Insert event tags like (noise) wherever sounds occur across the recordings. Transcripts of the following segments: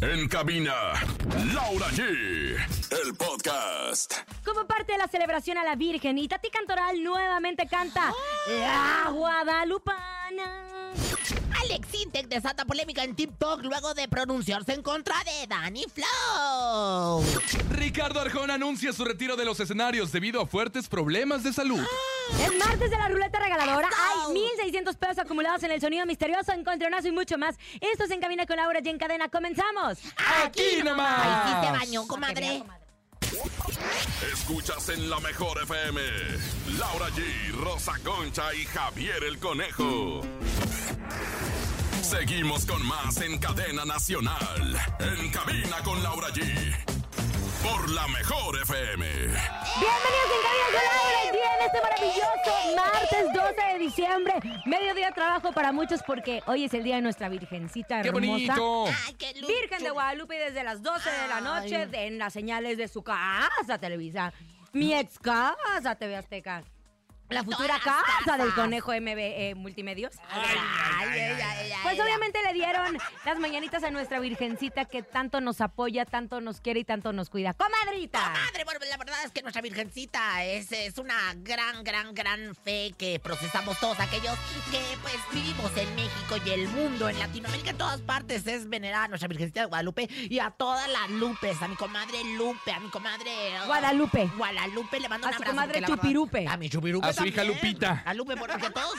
En cabina, Laura G. El podcast. Como parte de la celebración a la Virgen, y Tati Cantoral nuevamente canta La Guadalupana. Alex Intec desata polémica en TikTok luego de pronunciarse en contra de Danny Flow. Ricardo Arjona anuncia su retiro de los escenarios debido a fuertes problemas de salud. El martes de la ruleta regaladora hay 1.600 pesos acumulados en el sonido misterioso, encontronazo y mucho más. Esto se encamina con Laura G en cadena. ¡Comenzamos! ¡Aquí Ahí Ah, sí te nomás! bañó, comadre. Escuchas en la mejor FM. Laura G, Rosa Concha y Javier el Conejo. Seguimos con más en cadena nacional. En cabina con Laura G. Por la mejor FM. Bienvenidos en Cabina con Laura y G en este maravilloso martes 12 de diciembre. Mediodía trabajo para muchos porque hoy es el día de nuestra virgencita ¡Qué hermosa. bonito! Ay, qué lucho. Virgen de Guadalupe y desde las 12 de la noche Ay. de- en las señales de su casa Televisa. Mi ex casa TV Azteca. La futura Todas las casa del casas. conejo MB eh, Multimedios. Ay, ay, ay, ay, ay, Pues ay. obviamente le dieron las mañanitas a nuestra virgencita que tanto nos apoya, tanto nos quiere y tanto nos cuida. ¡Comadrita! Madre, bueno, la verdad es que nuestra virgencita es, es una gran, gran, gran fe que procesamos todos aquellos que pues vivimos en México y el mundo, en Latinoamérica, en todas partes es venerada nuestra virgencita de Guadalupe y a todas las Lupes, a mi comadre Lupe, a mi comadre ah, Guadalupe. Guadalupe le mando A su un abrazo. comadre porque la verdad- Chupirupe. A mi Chupirupe A su hija también. Lupita. A Lupe, porque todos...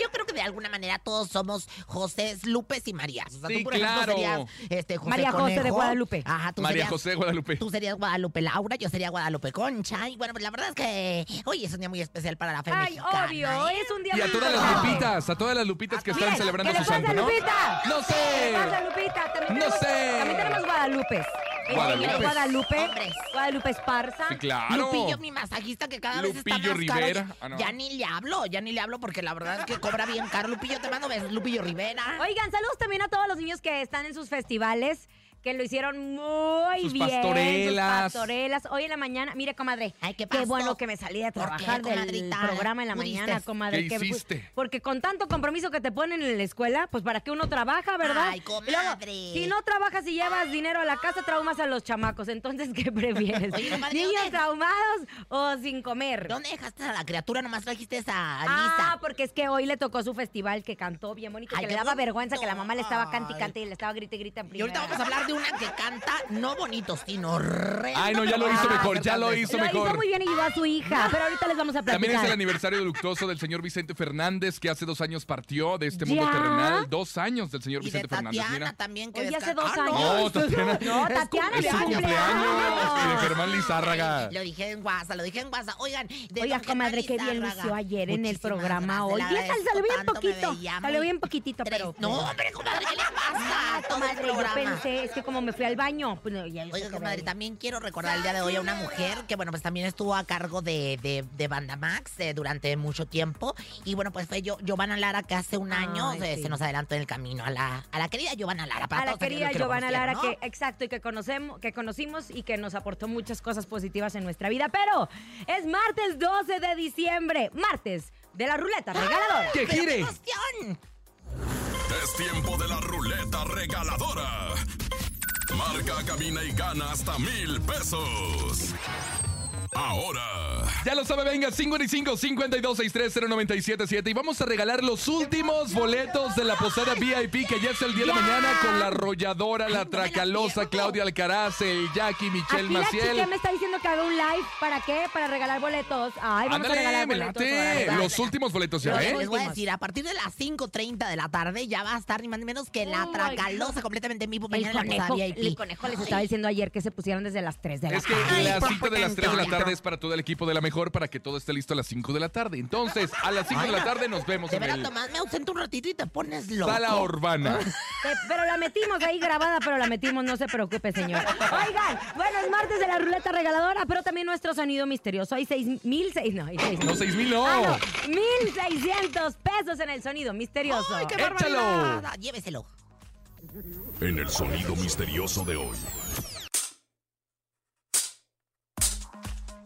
Yo creo que de alguna manera todos somos José, Lupes y María. O sea, Sí, tú, por ejemplo, claro. serías, este, José María José de Conejo. Guadalupe. Ajá, tú María serías- José de Guadalupe. Tú serías Guadalupe Laura, yo sería Guadalupe Concha. Y bueno, pues la verdad es que hoy es un día muy especial para la fe Ay, mexicana, obvio, ¿eh? es un día Y a muy todas las importante. lupitas, a todas las lupitas que están Miren, celebrando ¿qué su le pasa santo, a ¿no? Lupita? No ¿Qué le pasa a sé. Lupita? También No tenemos, sé. También tenemos Guadalupes. Guadalupes. Guadalupe. Hombres. Guadalupe Esparza. Sí, claro. Lupillo, mi masajista, que cada vez está más Lupillo caro. Rivera. Ah, no. Ya ni le hablo, ya ni le hablo porque la verdad es que cobra bien caro. Lupillo, te mando besos, Lupillo Rivera. Oigan, saludos también a todos los niños que están en sus festivales, que lo hicieron muy Sus bien. pastorelas. Sus pastorelas. Hoy en la mañana, mire, comadre. Ay, ¿qué Qué pasó? bueno que me salí de ¿Por qué, trabajar del comadrita? programa en la ¿Pudiste? mañana, comadre. ¿Qué que pu- hiciste? porque con tanto compromiso que te ponen en la escuela, pues para que uno trabaja, ¿verdad? Ay, Y luego, comadre. si no trabajas y llevas dinero a la casa, traumas a los chamacos. Entonces, ¿qué prefieres? Oye, comadre, ¿Niños ¿dónde? traumados o sin comer? ¿Dónde dejaste a la criatura? Nomás trajiste esa Ah, lista. porque es que hoy le tocó su festival que cantó bien bonito, Ay, que qué le daba bonito. vergüenza que la mamá le estaba cante y Ay. cante y le estaba grite y grita en Y primera. ahorita vamos a hablar de una que canta, no bonito, sino horrendo, Ay, no, ya pero lo hizo vamos a mejor, hacer ya lo tanto. hizo Lo hizo mejor. muy bien y ayudó a su hija, pero ahorita les vamos a platicar. También es el aniversario luctuoso del señor Vicente Fernández, que hace dos años partió de este mundo ¿Ya? terrenal. Dos años del señor Y de Vicente Fernández. Tatiana Mira. también que Oye, hace desca- dos Ah, no, años. No, Tatiana. No, Tatiana, es, le su hace cumpleaños. cumpleaños. Y de Germán Lizárraga. Lo dije en WhatsApp, lo dije en WhatsApp. Oigan, de Oiga, don Germán comadre, qué bien Lizárraga. lució ayer en el Muchísimas programa. gracias, Oye, le sal- agradezco salió bien tanto, me poquito. veía muy Salió bien poquitito, tres- pero. No, hombre, comadre, ¿qué le Ah, pasa? Todo el comadre, yo programa. pensé, es que como me fui al baño, pues no, ya yo sé Oiga, que comadre, veo. también quiero recordar el día de hoy a una mujer que, bueno, pues también estuvo a cargo de, de, de Banda Max eh, durante mucho tiempo. Y bueno, pues fue yo, Giovanna Lara, que hace un Ay, año eh, sí. se nos adelantó en el camino a la, a la querida Giovanna Lara. para a la todos aquellos querida que lo Giovanna Lara, conocieron, que ¿no? exacto, y que conocemos, que conocimos y que nos aportó muchas cosas positivas en nuestra vida. Pero es martes 12 de diciembre, martes de la ruleta regaladora. ¡Que ¡Pero qué gire! emoción! Es tiempo de la ruleta regaladora. Marca, cabina y gana hasta mil pesos. Ahora. Ya lo sabe, venga, 55 52 63 0977 Y vamos a regalar los últimos boletos de la posada VIP que ya es el 10 de la mañana con la arrolladora, la me la tracalosa, pierdo. Claudia Alcaraz, el Jackie, Michelle Aquí la Maciel. chica me está diciendo que haga un live. ¿Para qué? Para regalar boletos. Ay, vamos a Ándale, regalar me boletos. late. órale. Los últimos boletos ya, Pero ¿eh? Les voy a Últimos. decir, a partir de las 5.30 de la tarde ya va a estar ni más ni menos que la Oh my tracalosa completamente en vivo El mañana en la conejo, posada el VIP. conejo les estaba diciendo ayer que se pusieron desde las 3 de la Es que tarde. Ay, la por cita de las 3 de la tanto. tarde es para todo el equipo de la mejor para que todo esté listo a las 5 de la tarde. Entonces, a las 5 de la tarde nos vemos De en verdad, el Tomás, me ausento un ratito y te pones loco. Sala Urbana. Te- Eh, Pero la metimos ahí grabada, pero la metimos, no se preocupe, señor. Oigan, buenos martes de la ruleta regaladora, pero también nuestro sonido misterioso. Hay seis mil seis, no, hay seis No, 6000 no. Ah, no, mil seiscientos pesos en el sonido misterioso. Oh. ¡Ay, qué Échalo. barbaridad! Lléveselo. En el sonido misterioso de hoy.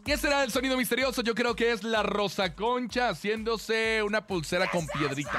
¿Qué será el sonido misterioso? Yo creo que es la rosa concha haciéndose una pulsera con piedritas.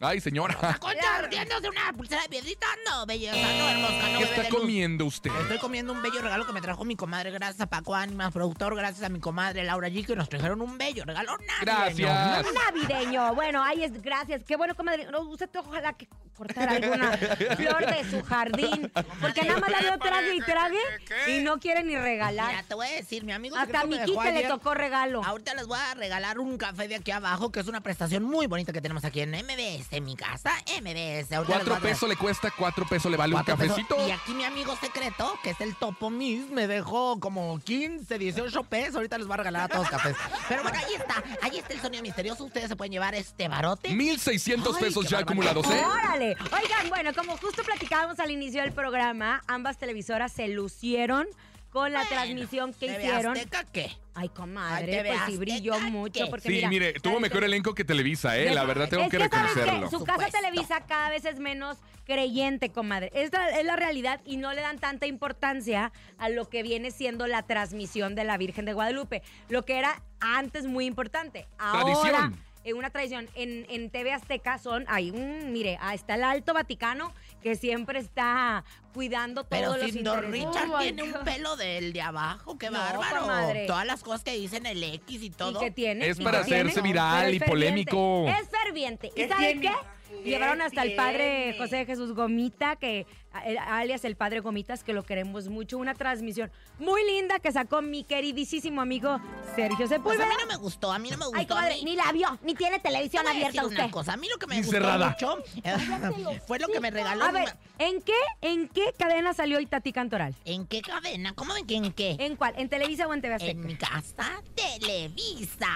Ay, señora. Concha, ardiéndose una pulsera de piedrita. No, belleza, no, hermosa, no, ¿Qué bebé está de luz. comiendo usted? Estoy comiendo un bello regalo que me trajo mi comadre, gracias a Paco Ánimas, productor, gracias a mi comadre Laura G, que nos trajeron un bello regalo. navideño. Gracias. Navideño. Bueno, ahí es, gracias. Qué bueno, comadre. No, usted ojalá que cortara alguna flor de su jardín. Porque nada más la veo trague y trague y no quiere ni Mira, regalar. te voy a decir, mi amigo. Hasta a secreto me dejó Miquita le ayer. tocó regalo. Ahorita les voy a regalar un café de aquí abajo, que es una prestación muy bonita que tenemos aquí en MBS, en mi casa, MBS. Ahorita les voy Cuatro a- pesos le cuesta, cuatro pesos le vale un Cuatro cafecito. pesos. Y aquí mi amigo secreto, que es el Topo Miss, me dejó como 15, 18 pesos. Ahorita les va a regalar a todos cafés. Pero bueno, ahí está. Ahí está el sonido misterioso. Ustedes se pueden llevar este barote. 1,600 Ay, pesos qué ya barbaridad. acumulados, ¿eh? ¡Órale! Oigan, bueno, como justo platicábamos al inicio del programa, ambas televisoras se lucieron con la Bueno, transmisión que ¿TV hicieron. Azteca qué? Ay, comadre, Ay, TV pues sí brilló Azteca, mucho. ¿qué? Porque Sí, mira, mire, tuvo ¿sabes mejor qué? elenco que Televisa, ¿eh? La verdad tengo es que que, ¿sabes qué? reconocerlo. Su casa Supuesto. Televisa cada vez es menos creyente, comadre. Esta es la realidad y no le dan tanta importancia a lo que viene siendo la transmisión de la Virgen de Guadalupe, lo que era antes muy importante. Ahora, Tradición. eh, una tradición en, en TV Azteca son, hay un, mire, ah, está el Alto Vaticano que siempre está cuidando todos Pero los sin Don intereses. Richard Oh, my tiene un God. pelo del de abajo, qué No, bárbaro. comadre. Todas las cosas que dicen el X y todo. ¿Y qué tiene? Es ¿Y para qué tiene? hacerse viral Pero es y ferviente. polémico. Es ferviente. ¿Y ¿Qué saben tiene? qué? ¿Qué Llevaron hasta el padre tiene? José Jesús Gomita, que a- el- alias el padre Gomitas, que lo queremos mucho. Una transmisión muy linda que sacó mi queridísimo amigo Sergio Pues a Sepúlveda. mí no me gustó, a mí no me gustó. Ay, a comadre, mí- ni la vio, ni tiene Te televisión voy a abierta decir usted. una cosa, a mí lo que me Ni gustó cerrada. (laughs) mucho eh, fue lo que me regaló A mi ver, ma- ¿en qué, en qué cadena salió el Tati Cantoral? ¿En qué cadena? ¿Cómo ven que en qué? ¿En cuál? ¿En Televisa o en TV Azteca? En mi casa, Televisa.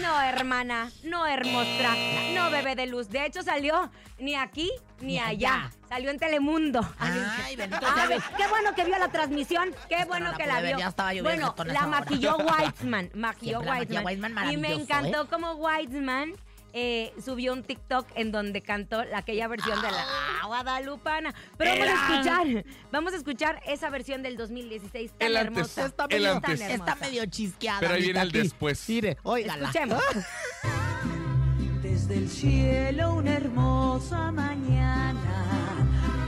No, hermana, no hermosa, no bebé de luz. De hecho, salió ni aquí ni Ni allá. allá. Salió en Telemundo. Ay, bendito Ah, sea Dios. qué bueno que vio la transmisión, qué Esta bueno no la que pude la ver, vio. ya estaba yo bien bueno, jetona la ahora. (laughs) maquilló Weitzman, maquilló Siempre la maquilla Weitzman. Weitzman, y me maravilloso, encantó ¿eh? como Weitzman eh, subió un TikTok en donde cantó la- aquella versión de la ah, Guadalupana. Pero vamos a escuchar, vamos a escuchar esa versión del 2016 tan El antes, hermosa. está pues, tan el antes. hermosa. Está medio chisqueada. Pero ahí viene ahorita el aquí. después. Mire, óigala. Escuchemos. Desde el cielo una hermosa mañana,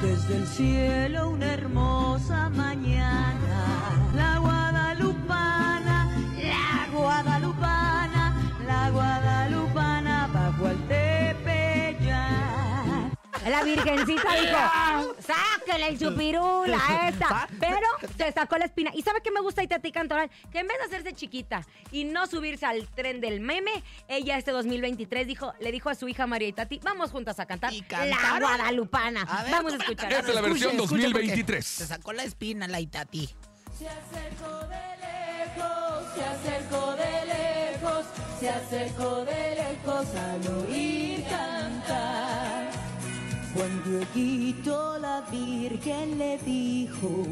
desde el cielo una hermosa mañana, la guadalupana, la guadalupana, la guadalupana bajo el tepeyac. La (laughs) virgencita dijo, sáquenle el chupirul a esta. Pero se sacó la espina. ¿Y sabe qué me gusta de Tati Cantoral? Que en vez de hacerse chiquita y no subirse al tren del meme, ella este 2023 dijo, le dijo a su hija María y Tati, vamos juntas a cantar Y La cantaron. Guadalupana. A vamos a ver, ¿cómo la escuchar. cantaron? Esta es la versión Escuche, escuche, porque 2023. Se sacó la espina la Itati. Se acercó de lejos, se acercó de lejos, se acercó de lejos al oír cantar. Juan Dieguito la Virgen le dijo,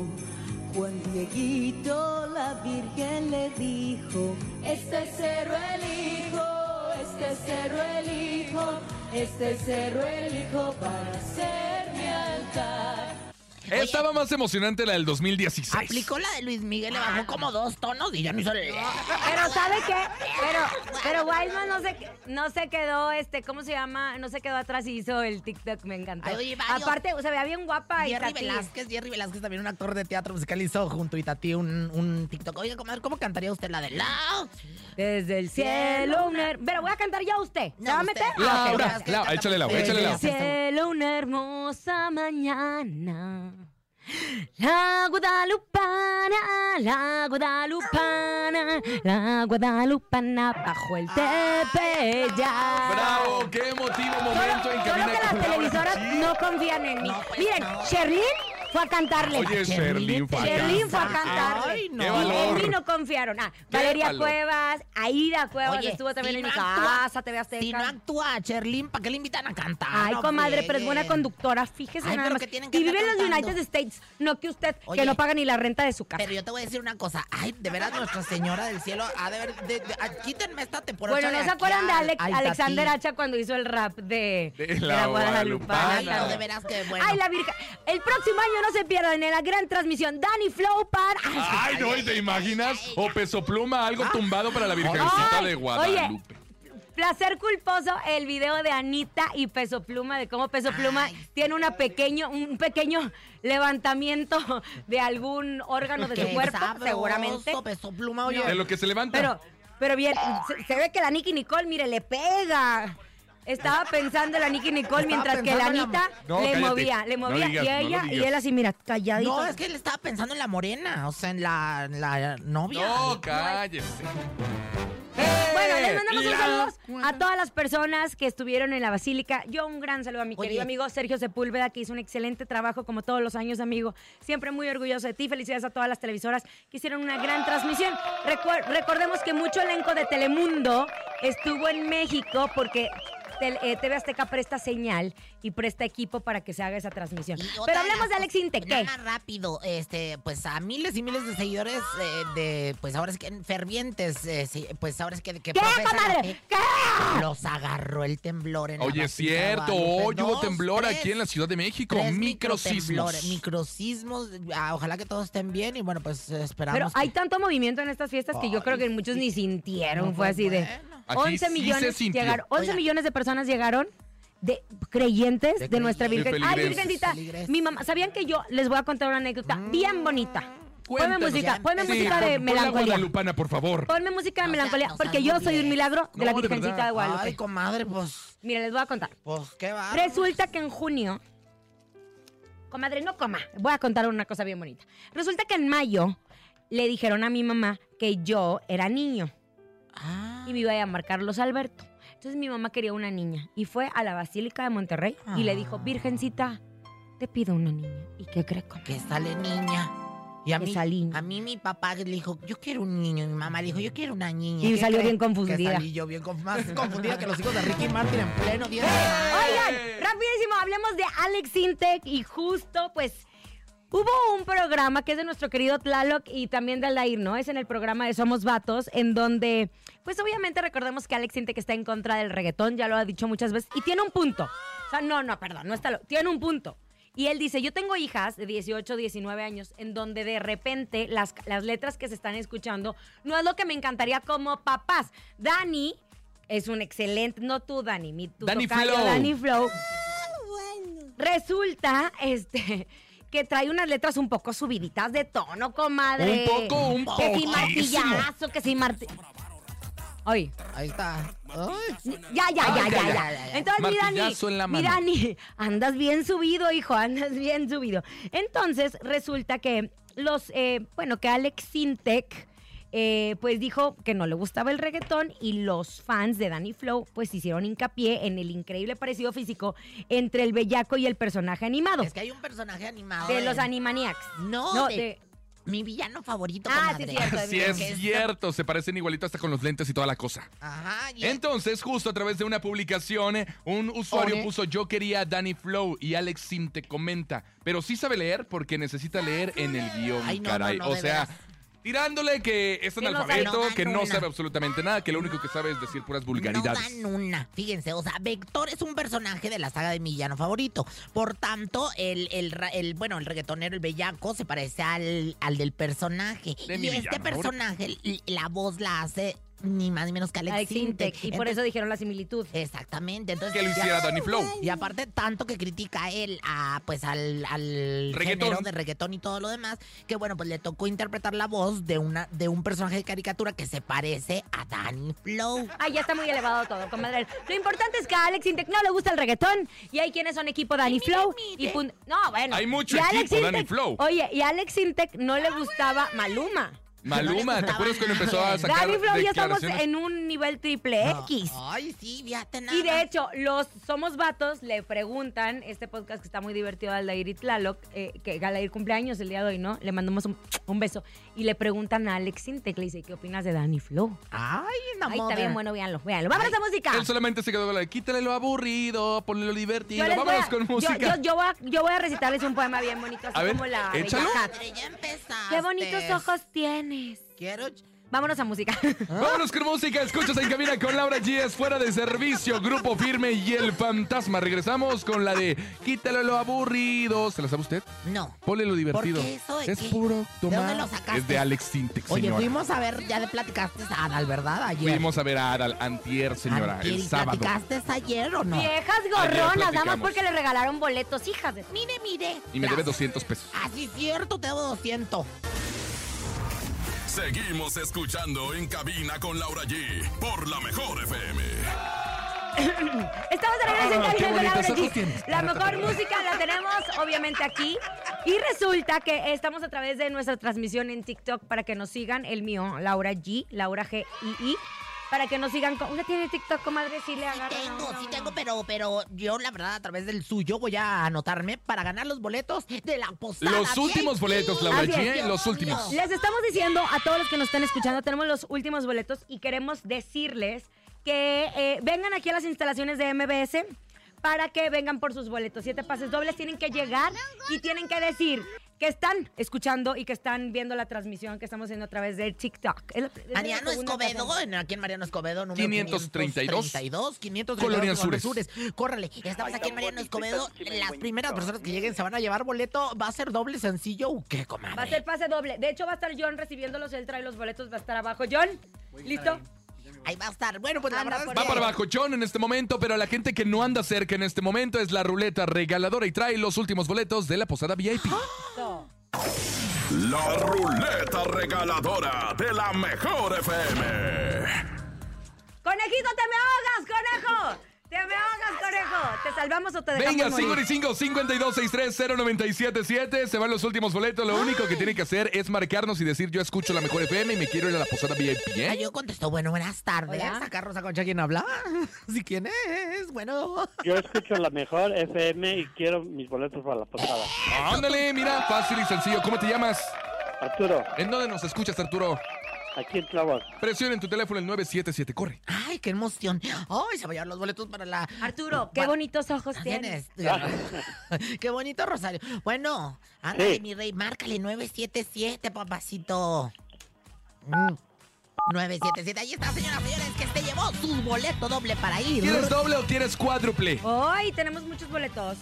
Juan Dieguito la Virgen le dijo, Este cerro el hijo, este cerro el hijo, este cerro el hijo para ser mi altar. Estaba más emocionante la del 2016. Aplicó la de Luis Miguel, le Ah. bajó como dos tonos y ya no hizo el... Pero ¿sabe qué? Pero, pero Wildman no se, no se quedó, este, ¿cómo se llama? No se quedó atrás y hizo el TikTok, me encantó. Ay, oye, varios. Aparte, se veía bien guapa y Jerry Tati. Velázquez, Jerry Velázquez también un actor de teatro musical hizo junto a Itati un, un TikTok. Oiga, comadre, ¿cómo cantaría usted la de la? Desde el cielo una... her- Pero voy a cantar ya usted. ¿Se va a meter? Laura, Ah, ok. Laura, échale Laura, Desde échale el Laura. cielo una hermosa mañana. La Guadalupana, la Guadalupana, la Guadalupana bajo el tepeyac. ¡Bravo! ¡Qué emotivo momento Solo, en solo Cabina que con las Laura televisoras G. no confían en mí. No, pues Miren, no. Ah, Sherlyn fue a cantarle. Oye, Sherlyn fue a Sherlyn fue a cantar. cantarle. Ay, no. Qué Y en mí valor. no confiaron. Ah, Valeria valor. Cuevas, Aida Cuevas Oye, estuvo también si en mi no actúa- casa, TV Azteca. Si no actúa Cherlin, ¿para qué le invitan a cantar? Ay, No comadre, pero es buena frieguen. conductora, fíjese Ay, nada pero más. que tienen que Y andar vive en los cantando. United States, no que usted, que Oye. no paga ni la renta de su casa. Pero yo te voy a decir una cosa. Ay, de veras, Nuestra Señora del Cielo ha de ver. de- de- ah, quítenme esta temporada. bueno, ¿no de se aquí acuerdan de al- Alex- al Alexander Tatín? Hacha cuando hizo el rap de, De de la Guadalupana? Ay, no, de veras que bueno. Ay, la Virgen. El próximo año no se pierdan en la gran transmisión Danny Flow para. Ay, no, ¿y te imaginas? O peso pluma, algo tumbado para la Virgencita Ay, de Guadalupe. Oye, Placer culposo, el video de Anita y Peso Pluma, de cómo Peso Pluma Ay. tiene una pequeño, un pequeño levantamiento de algún órgano de su Qué cuerpo, sabroso, seguramente. Peso pluma, oye. De lo que se levanta. Pero, pero bien, se, se ve que la Nicky Nicole, mire, le pega. Estaba pensando la Nicky Nicole mientras que la pensando en la- Anita No, le cállate. movía, le No movía digas, y no lo ella, y digas. él así, mira, calladito. No, es que él estaba pensando en la morena, o sea, en la, en la novia. No, cállese. Bueno, les ¡Eh! mandamos un La- saludo a todas las personas que estuvieron en la Basílica. Yo un gran saludo a mi Oye. querido amigo Sergio Sepúlveda, que hizo un excelente trabajo como todos los años, amigo. Siempre muy orgulloso de ti. Felicidades a todas las televisoras que hicieron una gran transmisión. Recuer- recordemos que mucho elenco de Telemundo estuvo en México porque... Tel- eh, TV Azteca presta señal y presta equipo para que se haga esa transmisión. Y otra Pero las hablemos de Alex cosas- Intec. Nada ¿qué? más rápido, este, pues a miles y miles de seguidores eh, de, pues ahora es que fervientes, eh, sí, pues ahora es que, ¿Qué, que profesan la comadre? ¡Ah! fe, ¿Qué? los agarró el temblor en la Oye, es Basílica de cierto. Guadalupe. Hoy hubo Dos, temblor tres, aquí en la Ciudad de México. tres Microcismos. microtemblores, Microcismos, ah, ojalá que todos estén bien y bueno, pues esperamos. Pero que- hay tanto movimiento en estas fiestas que yo creo que muchos ni sintieron. No, pues Fue así de bueno. Aquí 11 sí se millones sintió. llegaron. 11 Oiga. millones de personas llegaron de creyentes de, De nuestra creyentes. Virgen. De Ay, feligreses. Virgencita, Feligreses. Mm. mi mamá, ¿sabían que yo les voy a contar una anécdota bien bonita? Ponme Cuéntanos. música, Ya ponme empezó. música de pon- pon la melancolía. Guadalupana, por favor. Ponme música de No, ya, melancolía, no seas porque yo soy burlés. un milagro de No, la de Virgencita verdad. de Guadalupe. Ay, comadre, pues, Mira, les voy a contar. pues qué va. Resulta que en junio, comadre, no coma, voy a contar una cosa bien bonita. Resulta que en mayo le dijeron a mi mamá que yo era niño Ah, y me iba a llamar Carlos Alberto. Entonces mi mamá quería una niña y fue a la Basílica de Monterrey y le dijo, Ah. Virgencita, te pido una niña. ¿Y qué crees, comadre? que sale niña. Y a Que mí, salí. a mí mi papá le dijo, yo quiero un niño. Y mi mamá le dijo, yo quiero una niña. Y ¿Qué salió cree? bien confundida. Que salí yo bien conf- más confundida que los hijos de Ricky Martin en pleno día. (laughs) Oigan, rapidísimo, hablemos de Alex Intec y justo, pues, hubo un programa que es de nuestro querido Tlaloc y también de Aldair, ¿no? Es en el programa de Somos Vatos, en donde, pues, obviamente recordemos que Alex Intec está en contra del reggaetón, ya lo ha dicho muchas veces, y tiene un punto. O sea, no, no, perdón, no está lo... Tiene un punto. Y él dice, yo tengo hijas de 18, 19 años, en donde de repente las, las letras que se están escuchando no es lo que me encantaría como papás. Dani es un excelente, no tú, Dani, mi tu Dani tocayo, Flow. Dani Flow. Resulta, este, (laughs) que trae unas letras un poco subiditas de tono, comadre. Un poco, un Que sin poquísimo. martillazo, que sin martillazo. Ay, Ahí está. Ay, ya, ya, ya, ya, Ay, ya, ya, ya, ya. Entonces, mi Dani, Martillazo en la mi mano. Dani, (laughs) andas bien subido, hijo, andas bien subido. Entonces, resulta que los, eh, bueno, que Alex Sintec, eh, pues dijo que no le gustaba el reggaetón y los fans de Danny Flow, pues hicieron hincapié en el increíble parecido físico entre el bellaco y el personaje animado, es que hay un personaje animado. de en- los Animaniacs. Ah, No, de- Mi villano favorito, Ah, sí, comadre. cierto. Así Mira, es que cierto, se parecen igualito hasta con los lentes y toda la cosa. Ajá. y- Entonces, justo a través de una publicación, eh, un usuario Ore. puso yo quería a Danny Flow y Alex Sim te comenta, pero sí sabe leer porque necesita leer en el guión, Ay, no, no, caray. no, o de sea, veras. tirándole que es no analfabeto, sabe- que no, no no, sabe no. absolutamente nada, que lo único que sabe es decir puras vulgaridades. No dan una. Fíjense, o sea, Vector es un personaje de la saga de mi villano favorito. Por tanto, el, el, ra- el- bueno, el reggaetonero, el bellaco, se parece al, al del personaje. De mi y este villano favorito. personaje, l- la voz la hace ni más ni menos que Alex, Alex Sintec, Sintek. y por eso Entonces- dijeron la similitud. Eh. Exactamente. Entonces, que lo ya- hiciera Danny Flow. y aparte, tanto que critica él a, pues, al, al Reggaetón. género de reggaetón y todo lo demás, que bueno, pues le tocó interpretar la voz de una, de un personaje de caricatura que se parece a Danny Flow. Ay, ya está muy elevado todo, comadre. Lo importante es que a Alex Intec no le gusta el reggaetón y hay quienes son equipo Danny Flow. Y pun- no, bueno. Hay mucho Y Alex equipo Danny Intec- Flow. Oye, y a Alex Intec no Ah, le gustaba Maluma. Maluma, ¿te acuerdas cuando empezó a sacar Danny Flow ya estamos declaraciones? en un nivel triple X. Ay, sí, fíjate nada. Y de más. hecho, los Somos Vatos le preguntan, este podcast que está muy divertido, Aldair y Tlaloc, eh, que Galair cumpleaños el día de hoy, ¿no? Le mandamos un, un beso. Y le preguntan a Alex Intec, le dice, ¿qué opinas de Danny Flow? Ay, la Ahí está moda. bien bueno, véanlo, véanlo. ¡Vámonos a música! Él solamente se quedó con la de quítale lo aburrido, ponle lo divertido, Yo les voy vámonos a- con yo- música. Yo, yo voy a, yo voy a recitarles un poema bien bonito, así A ver, como la échalo. Bella Cat. Padre, ya empezaste. Qué bonitos ojos tienes. Quiero. Vámonos a música. Ah. Vámonos con música, escuchas en cabina con Laura G. Es fuera de servicio, Grupo Firme y El Fantasma. Regresamos con la de Quítale lo aburrido. ¿Se la sabe usted? No. Ponle lo divertido. ¿Por qué eso? ¿De es qué? puro ¿De tomar. dónde lo sacaste? es de Alex Sintek, Oye, señora. fuimos a ver, ya le platicaste a Adal, ¿verdad? Ayer. Fuimos a ver a Adal Antier, señora, Antier, el ¿y sábado. ¿Platicaste ayer o no? (laughs) Viejas Ayer gorronas, nada más platicamos. porque le regalaron boletos, hijas de... Mire, mire. Y me debe Tras- 200 pesos. Ah, sí, cierto, te debo 200. Seguimos escuchando en cabina con Laura G. Por la mejor FM. Estamos de regreso en Ah, Cabina qué con Laura bonitos ojos G. tienes. La mejor música la tenemos obviamente aquí. Y resulta que estamos a través de nuestra transmisión en TikTok para que nos sigan. El mío, Laura G, Laura G I I. Para que nos sigan. con- ¿Usted tiene TikTok, comadre? Sí, le Sí agarra. tengo, No, no, sí no. tengo, pero, pero yo la verdad a través del suyo voy a anotarme para ganar los boletos de la posada. Los últimos boletos, Laura Así G. es. Los últimos. Les estamos diciendo a todos los que nos están escuchando, tenemos los últimos boletos y queremos decirles que eh, vengan aquí a las instalaciones de MBS para que vengan por sus boletos. Siete pases dobles tienen que llegar y tienen que decir que están escuchando y que están viendo la transmisión que estamos haciendo a través de TikTok. Es la- es la Mariano segunda Escobedo, ocasión. en- aquí en Mariano Escobedo, número 532, 532, 532 Colonia Colonia Sures. Sures. Córrele, estamos aquí en Mariano Escobedo. Las primeras personas que lleguen se van a llevar boleto. ¿Va a ser doble sencillo o qué, comadre? Va a ser pase doble. De hecho, va a estar John recibiéndolos. Él trae los boletos, va a estar abajo. John, ¿listo? Ahí va a estar. Bueno, pues la Anda verdad por es Va que- para abajo John en este momento, pero a la gente que no anda cerca en este momento es la ruleta regaladora y trae los últimos boletos de la posada VIP. La ruleta regaladora de la mejor FM. ¡Conejito, te me ahogas, conejo! ¡Te me ahogas, conejo! ¿Te salvamos o te dejamos Venga, morir? 55 52 63 0977 Se van los últimos boletos. Lo único que tienen que hacer es marcarnos y decir: Yo escucho la mejor FM y me quiero ir a la posada VIP. Ah, ¿eh? yo contesto, bueno, buenas tardes. Hola. Acá Rosa Concha, ¿quién habla? (laughs) ¿Sí quién es? Bueno. (laughs) Yo escucho la mejor FM y quiero mis boletos para la posada. Ándale, mira, fácil y sencillo. ¿Cómo te llamas? Arturo, ¿En dónde nos escuchas, Arturo? aquí en Tlavos. Presiona en tu teléfono el 977. Corre. Ay, qué emoción. Ay, se va a llevar los boletos para la. Arturo, qué Va- bonitos ojos tienes. ¿Tienes? (laughs) qué bonito, Rosario. Bueno, ándale, mi rey, márcale 977, papacito. Mm. 977, ahí está, señoras y señores, que se llevó su boleto doble para ir. ¿Quieres doble o quieres cuádruple? Hoy tenemos muchos boletos.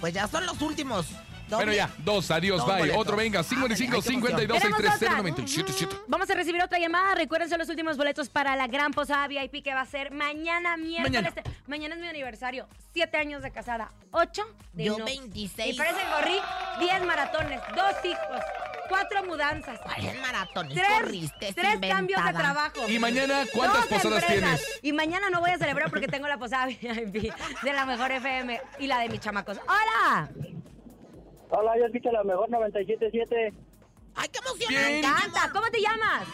Pues ya son los últimos. Bueno, ya, dos, adiós, Dos bye. boletos. Otro, venga, 55 52 63 0977 Mm. Vamos a recibir otra llamada. Recuerden son los últimos boletos para la gran posada VIP que va a ser mañana miércoles. Mañana. Mañana, es mi aniversario. Siete años de casada. Ocho de Yo novios. 26. Y parece que corrí diez maratones, dos hijos, cuatro mudanzas, ¿Cuáles maratones tres, corriste? tres cambios de inventada? trabajo. ¿Y mañana cuántas Dos posadas empresas. tienes? Y mañana no voy a celebrar porque tengo la posada VIP de la mejor FM y la de mis chamacos. ¡Hola! Hola, yo escucho la mejor 97.7. ¡Ay, qué ¡Me emocionante! encanta! ¿Cómo te llamas?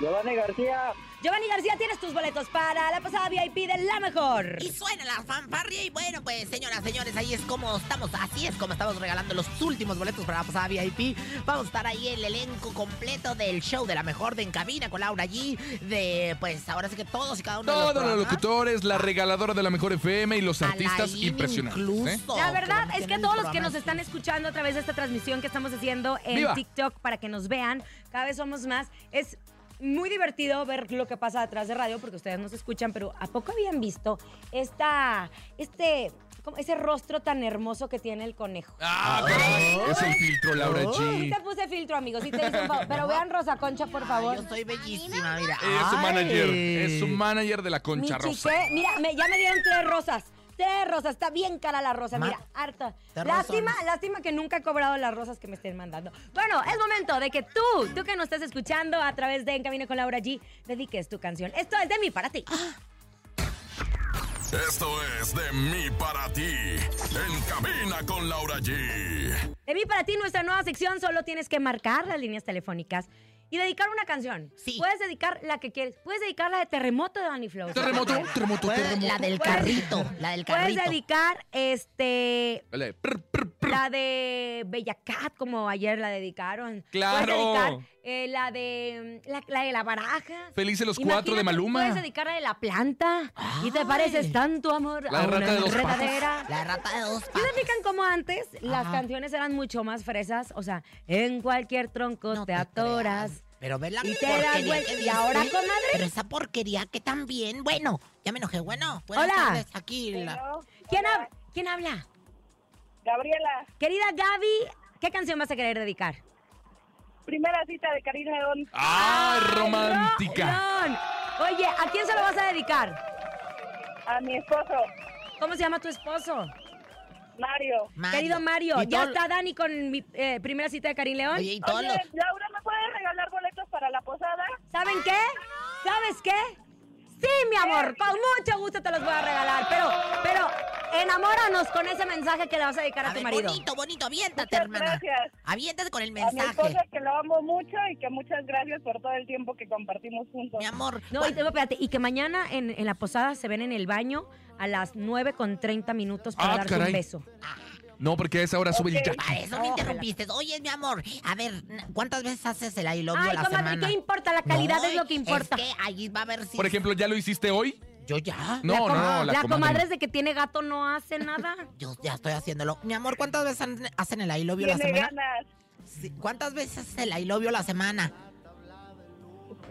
Giovanni García. Giovanni García, tienes tus boletos para la posada VIP de la mejor. Y suena la fanfarria y bueno, pues señoras, señores, ahí es como estamos, así es como estamos regalando los últimos boletos para la posada VIP. Vamos a estar ahí el elenco completo del show de la mejor de En Cabina con Laura G, de pues ahora sí que todos y cada uno de los Todos los programas. locutores, la regaladora de la mejor FM y los artistas Alain impresionantes. ¿eh? incluso, La verdad van a es que tener todos el los que programa nos aquí. están escuchando a través de esta transmisión que estamos haciendo en Viva. TikTok para que nos vean, cada vez somos más, es muy divertido ver lo que pasa detrás de radio porque ustedes nos escuchan, pero ¿a poco habían visto esta, este, como ese rostro tan hermoso que tiene el conejo? Ah, caray. Es el filtro, Laura Sí G. te puse filtro, amigos, sí te hice un favor. Pero vean Rosa Concha, por favor. Yo soy bellísima, mira. Ella es su Ay. manager. Es su manager de la Mi concha rosa. chique, mira, me- ya me dieron tres rosas. Tres rosas, está bien cara la rosa, Ma- mira, harta. Tres Lástima, razones. lástima que nunca he cobrado las rosas que me estén mandando. Bueno, es momento de que tú, tú que nos estás escuchando a través de En Camino con Laura G, dediques tu canción. Esto es de mí para ti. Esto es de mí para ti. En cabina con Laura G. De mí para ti, nuestra nueva sección, solo tienes que marcar las líneas telefónicas y dedicar una canción. Sí. Puedes dedicar la que quieres. Puedes dedicar la de Terremoto de Danny Flow. Terremoto, terremoto, Pues, terremoto. La del Puedes- carrito, la del Puedes carrito. dedicar este Dale, prr, prr, prr. La de Bella Cat, como ayer la dedicaron. Puedes Claro. dedicar, eh, la de mm, la, la de la baraja. Felices los Imagínate, cuatro de Maluma. Puedes dedicar la de la planta. Y te Ay. pareces tanto amor La de a una Rata de dos patas. enredadera. La rata de dos ¿Sí patas. se fijan cómo antes las Ajá. canciones eran mucho más fresas? O sea, en cualquier tronco No te te atoras. creas. Pero ve la Y te das porquería vuelta. que ¿Y dice. ahora, comadre? Pero esa porquería que también. Bueno, ya me enojé. Bueno, buenas Hola. tardes, Aquí la- ¿Quién, hab- ¿Quién habla? Gabriela, Querida Gaby, ¿qué canción vas a querer dedicar? primera cita de Karina León. ¡Ah, romántica! León. Oye, ¿a quién se lo vas a dedicar? A mi esposo, ¿Cómo se llama tu esposo? Mario. Mario. Querido Mario, Y ya todo- está Dani con mi eh, primera cita de Karim León. Oye, y todos Oye, los. Laura, ¿me puedes regalar boletos para la posada? ¿Saben qué? ¿Sabes qué? Sí, mi amor, con mucho gusto te los voy a regalar, pero, pero enamóranos con ese mensaje que le vas a dedicar a, A tu ver, marido. bonito, bonito, aviéntate, Muchas hermana. gracias. Aviéntate con el A mi mensaje. esposo que lo amo mucho y que muchas gracias por todo el tiempo que compartimos juntos. Mi amor. No, y, te- espérate, y que mañana en, en la posada se ven en el baño a las 9 con 30 minutos para Ah, darse caray. un beso. No, porque a esa hora sube el Ok. ya. Para eso me interrumpiste. Oye, mi amor, a ver, ¿cuántas veces haces el I love you a Ay, la comadre, semana? ¿qué importa? La calidad No, es lo que importa. Es que ahí va a haber si. Por ejemplo, ¿ya lo hiciste hoy? Yo ya. No, la, no, com- ah, no, la la comadre. comadre es de que tiene gato no hace nada. (laughs) Yo ya estoy haciéndolo. Mi amor, ¿cuántas veces han- hacen el I love you a la Tiene semana? ganas. Sí, ¿Cuántas veces haces el I love you a la semana?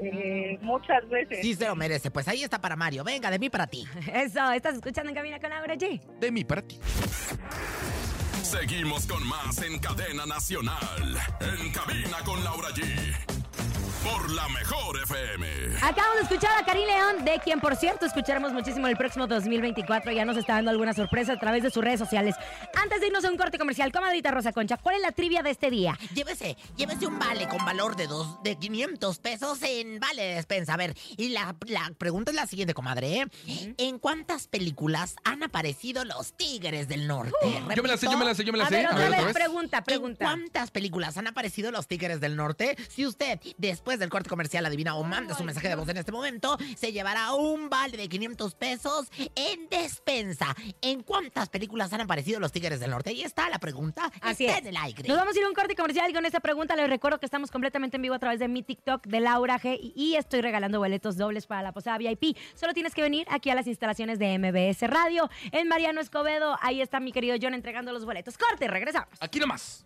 eh, muchas veces. Sí, se lo merece. Pues ahí está para Mario. Venga, de mí para ti. Eso, estás escuchando en Cabina con Laura G. De mi parte. Seguimos con más en Cadena Nacional. En cabina con Laura G. Por la mejor FM. Acabamos de escuchar a Karim León, de quien, por cierto, escucharemos muchísimo el próximo 2024. Ya nos está dando alguna sorpresa a través de sus redes sociales. Antes de irnos a un corte comercial, comadrita Rosa Concha, ¿cuál es la trivia de este día? Llévese, llévese un vale con valor de dos, de 500 pesos en vale de despensa. A ver, y la, la pregunta es la siguiente, comadre. ¿eh? ¿En cuántas películas han aparecido los Tigres del Norte? Yo me la sé, yo me la sé, yo me la a sé. ver, A otra ver, vez, otra vez. pregunta, ¿En pregunta. cuántas películas han aparecido los Tigres del Norte? Si usted, después del corte comercial, adivina o manda su mensaje de voz en este momento, se llevará un vale de 500 pesos en despensa. ¿En cuántas películas han aparecido los Tigres del Norte? Ahí está la pregunta. Así está es. en el aire. Nos vamos a ir a un corte comercial con esta pregunta. Les recuerdo que estamos completamente en vivo a través de mi TikTok de Laura G y estoy regalando boletos dobles para la posada VIP. Solo tienes que venir aquí a las instalaciones de MBS Radio en Mariano Escobedo. Ahí está mi querido John entregando los boletos. Corte, regresamos. Aquí nomás.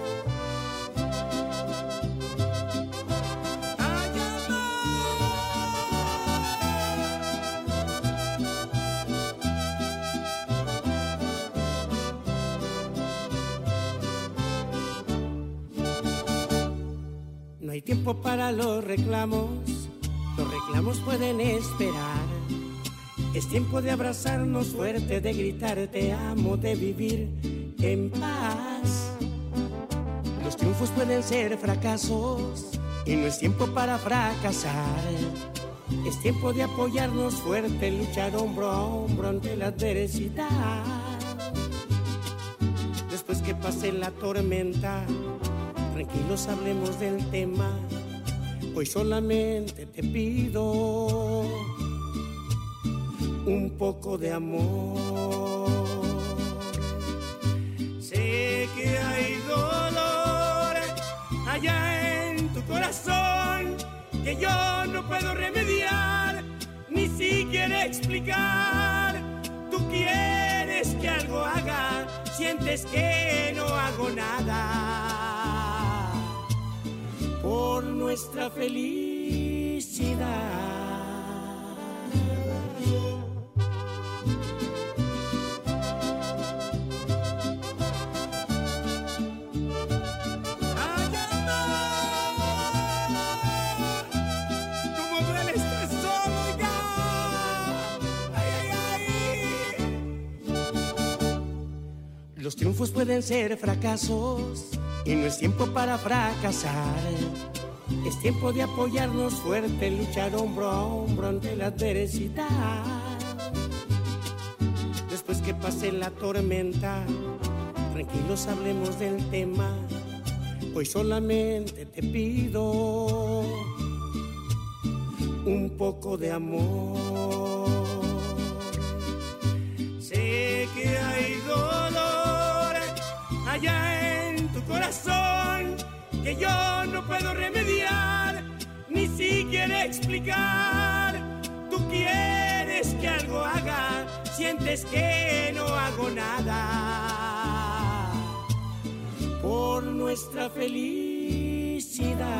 No hay tiempo para los reclamos, los reclamos pueden esperar. Es tiempo de abrazarnos fuerte, de gritar te amo, de vivir en paz. Los triunfos pueden ser fracasos y no es tiempo para fracasar. Es tiempo de apoyarnos fuerte, luchar hombro a hombro ante la adversidad. Después que pase la tormenta, tranquilos hablemos del tema. Hoy solamente te pido un poco de amor. Sé que hay dolor allá en tu corazón que yo no puedo remediar ni siquiera explicar. Tú quieres que algo haga, sientes que no hago nada por nuestra felicidad. Ay, amor, como duele estar solo ya. Ay, ay, ay. Los triunfos pueden ser fracasos y no es tiempo para fracasar. Es tiempo de apoyarnos fuerte, luchar hombro a hombro ante la adversidad. Después que pase la tormenta, tranquilos hablemos del tema. Hoy solamente te pido un poco de amor. Sé que hay yo no puedo remediar, ni siquiera explicar. Tú quieres que algo haga, sientes que no hago nada por nuestra felicidad.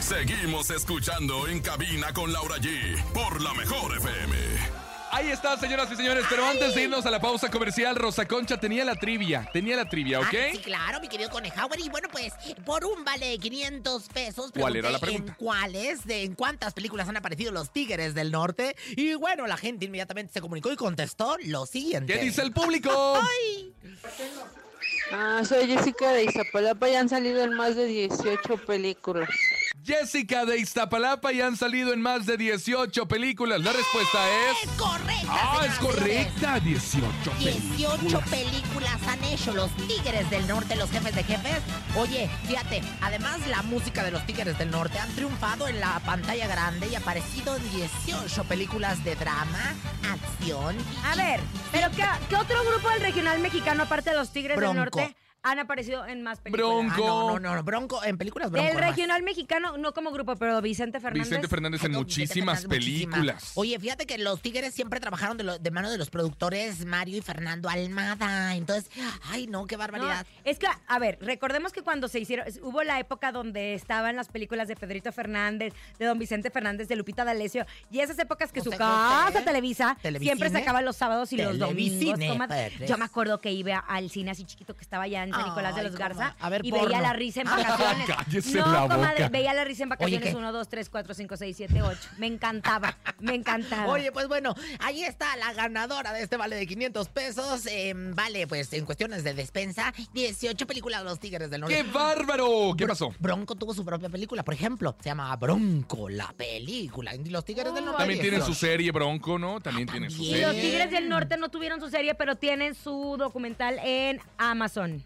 Seguimos escuchando en cabina con Laura G por la mejor FM. Ahí está, señoras y señores. Pero antes de irnos a la pausa comercial, Rosa Concha tenía la trivia. Tenía la trivia, ¿ok? Ah, sí, claro, mi querido Conejauer. Y bueno, pues, por un vale de 500 pesos. ¿Cuál era pregunté la pregunta? ¿En cuáles, de, en cuántas películas han aparecido los Tigres del Norte? Y bueno, la gente inmediatamente se comunicó y contestó lo siguiente. ¿Qué dice el público? ¡Ay! Ah, soy Jessica de Iztapalapa y han salido en más de 18 películas. Jessica de Iztapalapa y han salido en más de 18 películas. La respuesta es. Eh, ¡Correcta! ¡Ah, señoras es y señores! correcta! 18 18 películas. películas han hecho los Tigres del Norte, los jefes de jefes. Oye, fíjate, además la música de los Tigres del Norte han triunfado en la pantalla grande y aparecido en 18 películas de drama, acción. Ah, A ver, pero ¿qué, qué otro grupo del regional mexicano, aparte de los Tigres del Bronco. Norte, han aparecido en más películas? Bronco. Ah, no, no, no, Bronco, en películas Bronco. Del nomás. regional mexicano, no como grupo, pero Vicente Fernández. Vicente Fernández Ay, en no, muchísimas Vicente Fernández, muchísimas. películas. Oye, fíjate que los Tigres siempre trabajaron de, lo- de mano de los productores Mario y Fernando Almada. Entonces, ay, no, qué No, barbaridad. es que, a ver, recordemos que cuando se hicieron, es- hubo la época donde estaban las películas de Pedrito Fernández, de Don Vicente Fernández, de Lupita D'Alessio, y esas épocas que José su José, casa Televisa ¿eh? Televicine, siempre sacaba los sábados y los Televicine, domingos. comadre. padres. Yo me acuerdo que iba al cine así chiquito que estaba allá en San Nicolás de Ay, los Garza comadre. A ver, y porno. Ah, veía la risa en vacaciones. Cállese no, la boca. comadre, veía la risa en vacaciones ¿qué? 1, 2, 3, 4, 5, 6, 7, 8. Me encantaba, me encantaba. Oye, pues bueno, ahí está la ganadora de este vale de 500 pesos. Eh, vale, pues en cuestiones de despensa, 18 películas de los Tigres del Norte. ¡Qué bárbaro! ¿Qué Bro- pasó? Bronco tuvo su propia película, por ejemplo. Se llamaba Bronco, la película. Y los Tigres del Norte. También tienen su 18. serie Bronco, ¿no? También tienen su también. Y los serie. Tigres del Norte no tuvieron su serie, pero tienen su documental en Amazon.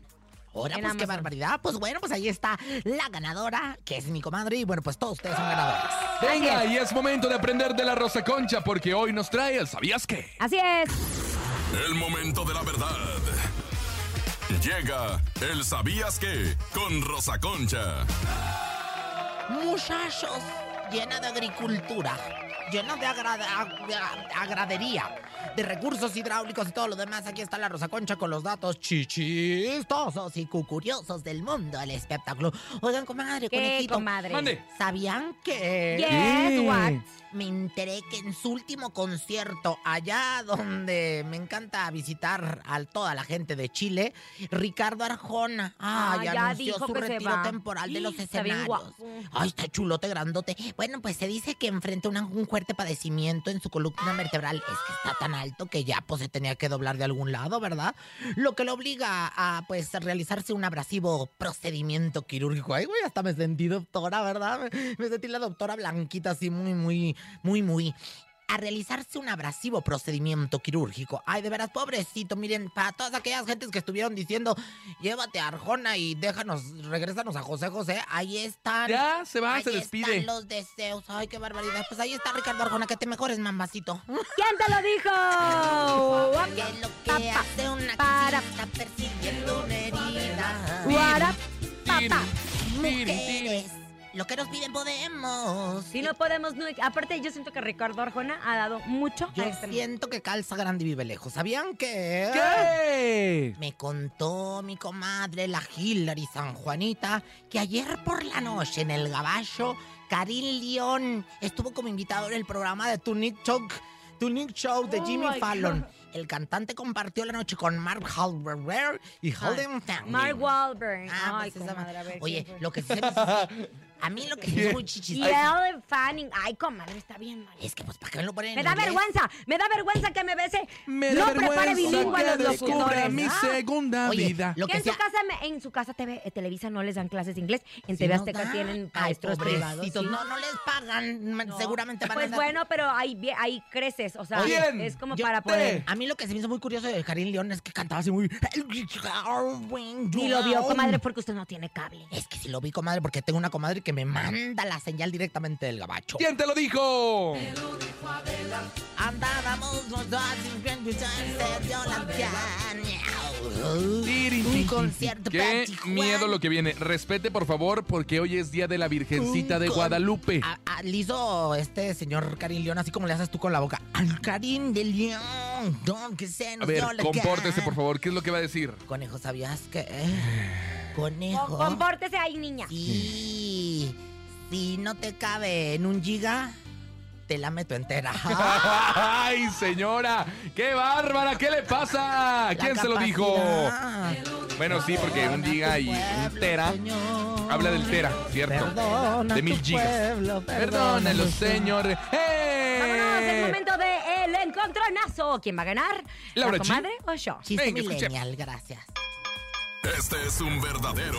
Ahora, en pues qué Amazon. barbaridad. Pues bueno, pues ahí está la ganadora, que es mi comadre. Y bueno, pues todos ustedes ¡Ah! son ganadores. Venga, y es momento de aprender de la Rosa Concha porque hoy nos trae el ¿Sabías qué? Así es. El momento de la verdad. Llega el sabías que con Rosa Concha. Muchachos, llena de agricultura, llena de, agrada- agra- agradería, de recursos hidráulicos y todo lo demás. Aquí está la Rosa Concha con los datos chichistosos y cucuriosos del mundo del espectáculo. Oigan, comadre, ¿Qué, conejito, comadre? Mande. ¿sabían que...? Yes, what? Me enteré que en su último concierto, allá donde me encanta visitar a toda la gente de Chile, Ricardo Arjona, ay, Ah, ya anunció dijo su que se retiro va. temporal de los Está bien escenarios. guapo. Ay, está chulote, grandote. Bueno, pues se dice que enfrenta una- un fuerte padecimiento en su columna vertebral. Es que está tan alto que ya pues se tenía que doblar de algún lado, ¿verdad? Lo que lo obliga a pues a realizarse un abrasivo procedimiento quirúrgico. Ay, güey, hasta me sentí doctora, ¿verdad? Me, me sentí la doctora blanquita así muy, muy, muy, muy a realizarse un abrasivo procedimiento quirúrgico. Ay, de veras, pobrecito, miren, para todas aquellas gentes que estuvieron diciendo, llévate a Arjona y déjanos, regrésanos a José José, ahí están. Ya, se va, ahí se despide. están los deseos. Ay, qué barbaridad. Pues ahí está Ricardo Arjona, que te mejores, mamacito. ¿Quién te lo dijo? Guap, Que lo pa, que pa, hace una para. está persiguiendo una herida. guara, Tiri, papá. tiri, tiri. Mujeres, lo que nos piden podemos. Si no podemos, no- aparte yo siento que Ricardo Arjona ha dado mucho a Yo este siento que calza grande y vive lejos. ¿Sabían que? ¿Qué? Me contó mi comadre, la Hillary San Juanita, que ayer por la noche en el Gabacho, Karim León estuvo como invitado en el programa de Tonight Show, Tonight Show de Oh Jimmy my Fallon. God. El cantante compartió la noche con Mark Halberberg y Holden Mark Wahlberg. Ah, Ay, pues esa comadre, a ver, Oye, ¿quién fue? lo que sí se me hizo- A mí lo que me es muy Y chichis. el Fanning. Ay, comadre, está bien mal. Es que, pues, ¿para qué me lo ponen en Me da inglés? vergüenza, me da vergüenza que me bese. Me no da prepare vergüenza bilingüe a que los descubra locutores. mi segunda Oye, vida. Lo lo que que en, su casa, me- en su casa TV, eh, Televisa no les dan clases de inglés. En TV nos Azteca dan. tienen Ah, Ay, maestros privados. pobrecitos, ¿sí? no, no les pagan. man- Seguramente van a Pues andar- bueno, pero ahí, vie- ahí creces. O sea, Oye, es como yo para te- Eh. poder. A mí lo que se me hizo muy curioso de Karim León es que cantaba así muy. Y Y lo vio, comadre, porque usted no tiene cable. Es que si lo vi, comadre, porque tengo una comadre que me manda la señal directamente del gabacho. ¿Quién te lo dijo? Andábamos los dos sin bien pensarse, yo la caña. Un concierto Qué miedo lo que viene. Respete, por favor, porque hoy es Día de la Virgencita de con- Guadalupe. A- a- le hizo este señor Karim León, así como le haces tú con la boca. Al Karim de León, don, que se A nos ver, dio la compórtese, cara. por favor. ¿Qué es lo que va a decir? Conejo, ¿sabías (sighs) que? Conejo. Compórtese ahí, niña. Sí. Si no te cabe en un giga, te la meto entera. (laughs) ¡Ay, señora! ¡Qué bárbara! ¿Qué le pasa? (laughs) ¿Quién se lo dijo? Bueno, sí, porque un giga y un tera habla del tera, ¿cierto? Perdona de mil tu gigas. pueblo, Perdónalo, señor. ¡Eh! Vámonos, es momento de el encontronazo. ¿Quién va a ganar? Laura ¿La Chi. comadre o yo? Chiste Venga, escuchemos. millennial, gracias. Este es un verdadero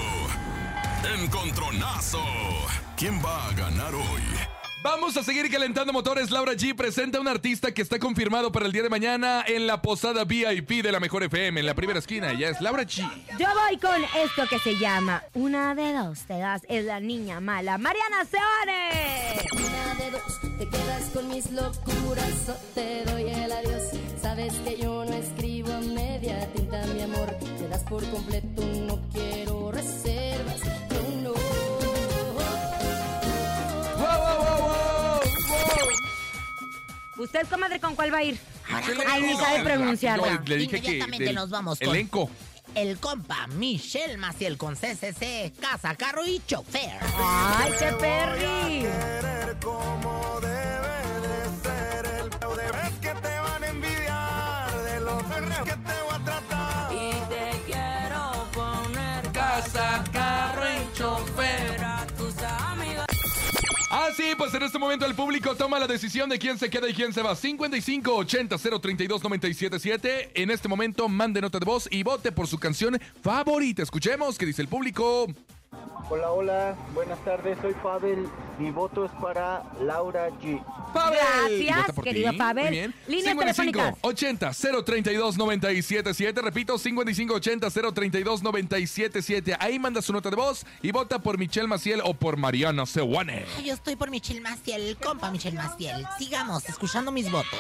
encontronazo. ¿Quién va a ganar hoy? Vamos a seguir calentando motores. Laura G presenta a un artista que está confirmado para el día de mañana en la posada VIP de la Mejor FM. En la primera esquina ya es Laura G. Yo voy con esto que se llama Una de dos te das, es la niña mala, Mariana Seones. Una de dos, te quedas con mis locuras o te doy el adiós. Sabes que yo no escribo a media tinta, mi amor. Te das por completo, no quiero reservas. No, no. ¿Usted, comadre, con cuál va a ir? Excelente. Ay, ni sabe No, pronunciarla. no, le dije que Inmediatamente del nos vamos con- Elenco. El compa Michelle Maciel con CCC, casa, carro y chofer. ¡Ay, qué perri! Y te quiero poner Casa, carro y chofer. a tus amigos. Ah, sí, pues en este momento el público toma la decisión de quién se queda y quién se va. 55 80 032 977. En este momento mande nota de voz y vote por su canción favorita. Escuchemos qué dice el público. Hola, hola, buenas tardes, soy Pavel. Mi voto es para Laura G. Gracias, Vota por querido ti. Pavel. Muy bien. Líneas 55 telefónicas. 80 032 977. Repito, 55 80 032 977. Ahí manda su nota de voz y vota por Michelle Maciel o por Mariana Sewane. Ay, Yo estoy por Michelle Maciel, compa Michelle Maciel. Sigamos escuchando mis votos.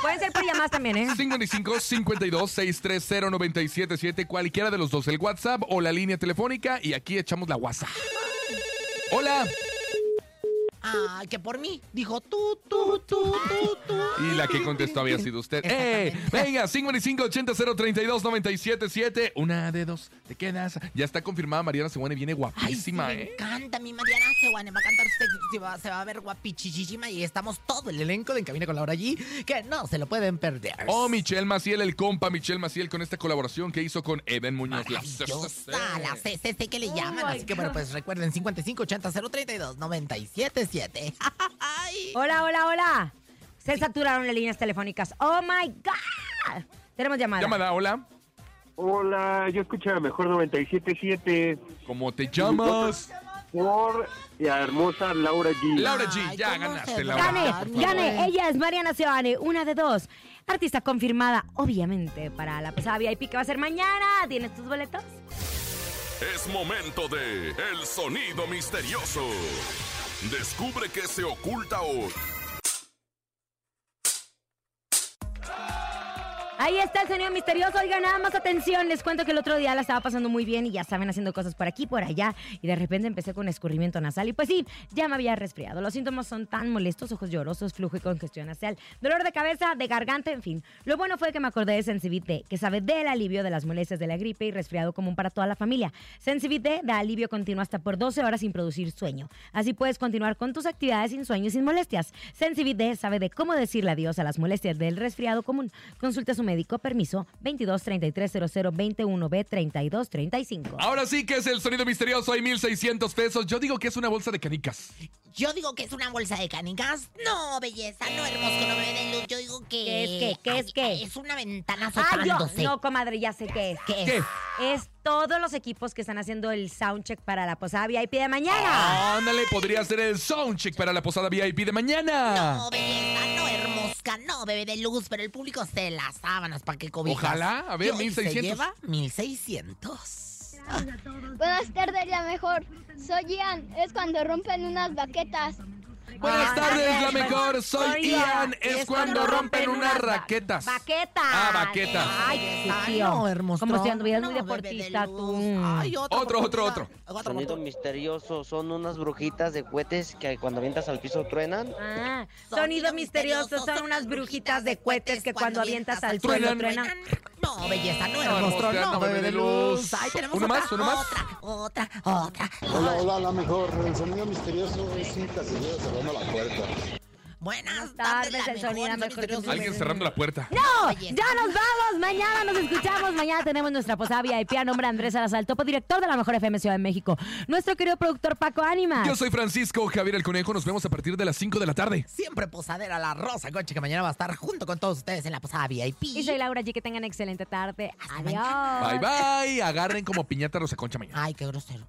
Pueden ser por llamadas también, ¿eh? 55 52 630 977. Cualquiera de los dos, el WhatsApp o la línea telefónica. Y aquí echamos la WhatsApp. Hola. Ay, que por mí. Dijo tú, tú, tú, tú, tú. Y la que contestó había sido usted. ¡Eh! Venga, 55 80 032 977. Una de dos. Te quedas. Ya está confirmada Mariana Seguane. Viene Ay, sí, guapísima, me ¿eh? encanta mi Mariana Seguane. Va a cantar sexy, se va, se va a ver guapichichísima. Y estamos todo el elenco de Encamina con Laura allí, que no se lo pueden perder. Oh, Michelle Maciel, el compa Michelle Maciel, con esta colaboración que hizo con Eben Muñoz. La Maravillosa, la CCC que le Oh llaman. my Así que bueno, God. pues recuerden, 5580-032-977. Hola, hola, hola. Se saturaron las líneas telefónicas. ¡Oh, my God! Tenemos llamada. Llamada, hola. Hola, yo escucho la mejor 97.7 ¿Cómo te llamas? por la hermosa Laura G. Laura G, ya Ay, ¿cómo se ganaste, Laura. Gane, por favor. gane. Ella es Mariana Seoane, una de dos. Artista confirmada, obviamente, para la pasada VIP que va a ser mañana. ¿Tienes tus boletos? Es momento de El Sonido Misterioso. Descubre qué se oculta hoy. Ahí está el sonido misterioso. Oigan, nada más atención. Les cuento que el otro día la estaba pasando muy bien y ya saben, haciendo cosas por aquí, por allá. Y de repente empecé con escurrimiento nasal. Y pues sí, ya me había resfriado. Los síntomas son tan molestos: ojos llorosos, flujo y congestión nasal, dolor de cabeza, de garganta, en fin. Lo bueno fue que me acordé de Sensivite, que sabe del alivio de las molestias de la gripe y resfriado común para toda la familia. Sensivite da alivio continuo hasta por 12 horas sin producir sueño. Así puedes continuar con tus actividades sin sueño y sin molestias. Sensivite sabe de cómo decirle adiós a las molestias del resfriado común. Consulta a su médico médico, permiso 22-3300-21B-3235. Ahora sí que es el sonido misterioso. Hay 1600 pesos. Yo digo que es una bolsa de canicas. (laughs) Yo digo que es una bolsa de canicas. No, belleza, no, hermoso, no bebé de luz. Yo digo que. ¿Qué es qué? ¿Qué es Ay, qué? Es una ventana Ah, yo, soplándose. no, comadre, ya sé qué es. ¿Qué es? ¿Qué? Es todos los equipos que están haciendo el soundcheck para la posada VIP de mañana. Ándale, podría ser el soundcheck para la posada VIP de mañana. No, belleza, no, hermosca, no, bebé de luz, pero el público se las sábanas para que cobijas. Ojalá, a ver, Yo, y 1600. Se lleva 1600. Buenas tardes, la mejor. Soy Ian. Es cuando rompen unas baquetas. Ah, Buenas tardes, la bueno, mejor. soy Soy Ian. Ian. pues. Es cuando rompen unas raquetas. Baqueta. Ah, baquetas. Ay, Ah, sí, tío. no, hermoso. Como si anduvieras muy No, bebé de deportista luz. tú. Ay, otra Otro, otro, oportunidad. otro. Otra Sonido oportunidad. misterioso, son unas brujitas de cohetes que cuando avientas al piso truenan. Ah, sonido misterioso, son unas brujitas de cohetes que cuando avientas al suelo truenan. truenan. No, belleza, no, No, hermoso, hermosa, no, bebé de luz. Ay, tenemos ¿Uno otra, más? ¿Uno más? Otra, otra, otra. Hola, hola, la mejor. El sonido misterioso es un casillero cerrando la puerta. Buenas tardes, tardes, la el sonido mejor, mejor que misterioso. Alguien cerrando la puerta. No, ya nos vamos. Mañana nos escuchamos. Mañana tenemos nuestra posada VIP a nombre de Andrés Salazar, topo director de la mejor FM Ciudad de México. Nuestro querido productor Paco Ánimas. Yo soy Francisco Javier el Conejo. Nos vemos a partir de las 5 de la tarde. Siempre posadera la Rosa Concha, que mañana va a estar junto con todos ustedes en la posada VIP. Y soy Laura G. Que tengan excelente tarde. Adiós. Bye, bye. Agarren como piñata rosa concha mañana. Ay, qué grosero.